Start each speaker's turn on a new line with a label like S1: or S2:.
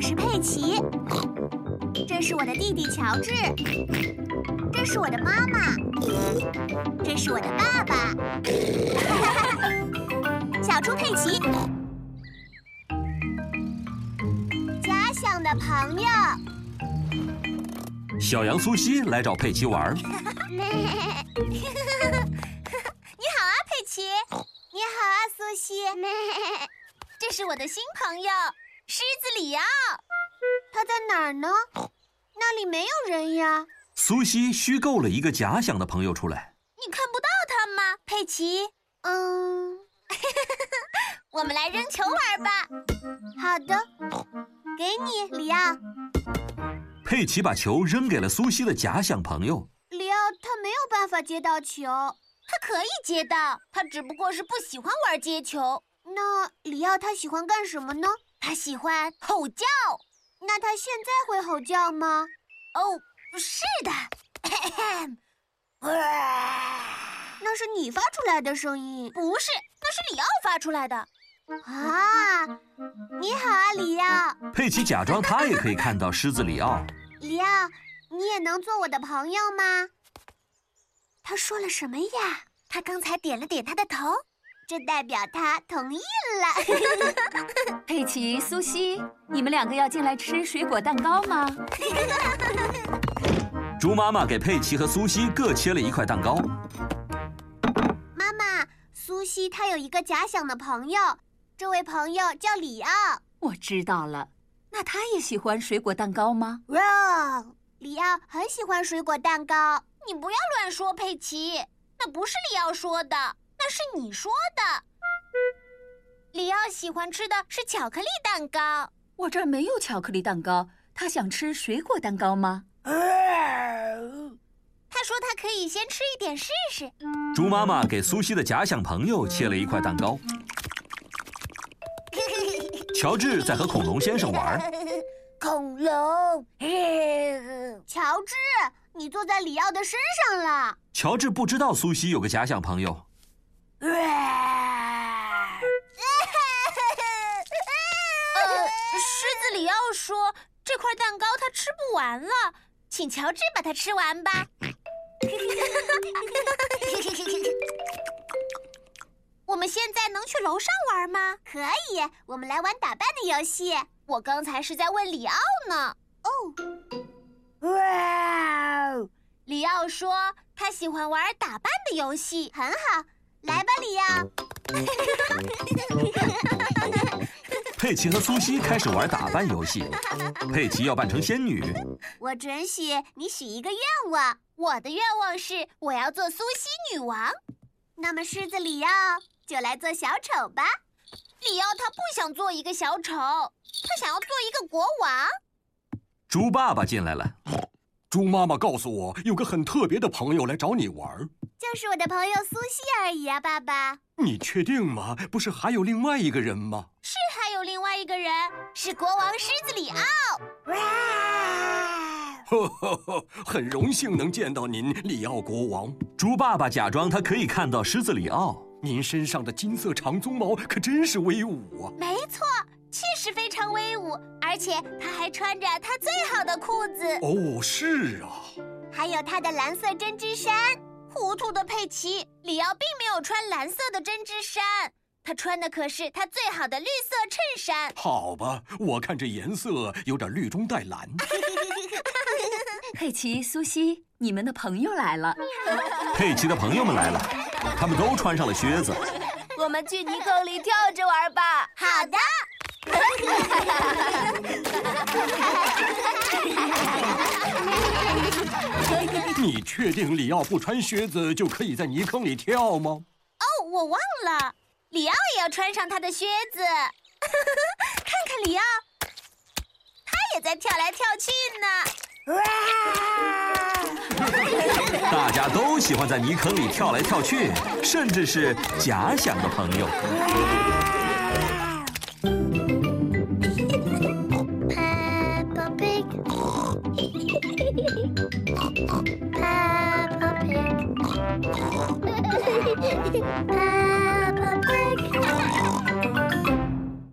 S1: 是佩奇，这是我的弟弟乔治，这是我的妈妈，这是我的爸 爸。小猪佩奇，家乡的朋友，
S2: 小羊苏西来找佩奇玩儿，
S1: 你好啊，佩奇。你好啊，苏 西。这是我的新朋友狮子里奥，他在哪儿呢？那里没有人呀。
S2: 苏西虚构了一个假想的朋友出来。
S1: 你看不到他吗，佩奇？嗯， 我们来扔球玩吧。好的，给你，里奥。
S2: 佩奇把球扔给了苏西的假想朋友。
S1: 里奥他没有办法接到球，他可以接到，他只不过是不喜欢玩接球。那里奥他喜欢干什么呢？他喜欢吼叫。那他现在会吼叫吗？哦，是的。 那是你发出来的声音，不是，那是里奥发出来的。啊，你好啊，里奥。
S2: 佩奇假装他也可以看到狮子里奥。
S1: 里奥，你也能做我的朋友吗？他说了什么呀？他刚才点了点他的头，这代表他同意了。
S3: 佩奇、苏西，你们两个要进来吃水果蛋糕吗？
S2: 猪妈妈给佩奇和苏西各切了一块蛋糕。
S1: 妈妈，苏西她有一个假想的朋友，这位朋友叫里奥。
S3: 我知道了。那他也喜欢水果蛋糕吗？
S1: 哇，里奥很喜欢水果蛋糕。你不要乱说，佩奇，那不是里奥说的，那是你说的。里奥喜欢吃的是巧克力蛋糕。
S3: 我这儿没有巧克力蛋糕，他想吃水果蛋糕吗？
S1: 他说他可以先吃一点试试。
S2: 猪妈妈给苏西的假想朋友切了一块蛋糕。乔治在和恐龙先生玩儿，
S1: 恐龙， 乔治，你坐在里奥的身上了。
S2: 乔治不知道苏西有个假想朋友。
S1: 呃，狮子里奥说这块蛋糕他吃不完了，请乔治把它吃完吧。 我们现在能去楼上玩吗？可以，我们来玩打扮的游戏。我刚才是在问里奥呢。哦，哇哦！里奥说他喜欢玩打扮的游戏，很好，来吧，里奥。
S2: 佩奇和苏西开始玩打扮游戏。佩奇要扮成仙女，
S1: 我准许你许一个愿望，我的愿望是我要做苏西女王。那么狮子里奥啊就来做小丑吧。里奥他不想做一个小丑，他想要做一个国王。
S2: 猪爸爸进来了。
S4: 猪妈妈告诉我，有个很特别的朋友来找你玩儿。
S1: 就是我的朋友苏西而已啊，爸爸。
S4: 你确定吗？不是还有另外一个人吗？
S1: 是还有另外一个人，是国王狮子里啊奥。
S4: 呵呵呵，很荣幸能见到您，里奥国王。
S2: 猪爸爸假装他可以看到狮子里奥。
S4: 您身上的金色长鬃毛可真是威武啊！
S1: 没错，确实非常威武，而且他还穿着他最好的裤子。
S4: 哦，是啊，
S1: 还有他的蓝色针织衫。糊涂的佩奇，里奥并没有穿蓝色的针织衫，他穿的可是他最好的绿色衬衫。
S4: 好吧，我看这颜色有点绿中带蓝。
S3: 佩奇、苏西，你们的朋友来了。
S2: 佩奇的朋友们来了，他们都穿上了靴子。
S1: 我们去泥坑里跳着玩吧。好的。
S4: 你确定里奥不穿靴子就可以在泥坑里跳吗？
S1: 哦，我忘了，里奥也要穿上他的靴 子。看看里奥，他也在跳来跳去呢。
S2: 大家都喜欢在泥坑里跳来跳去，甚至是假想的朋友。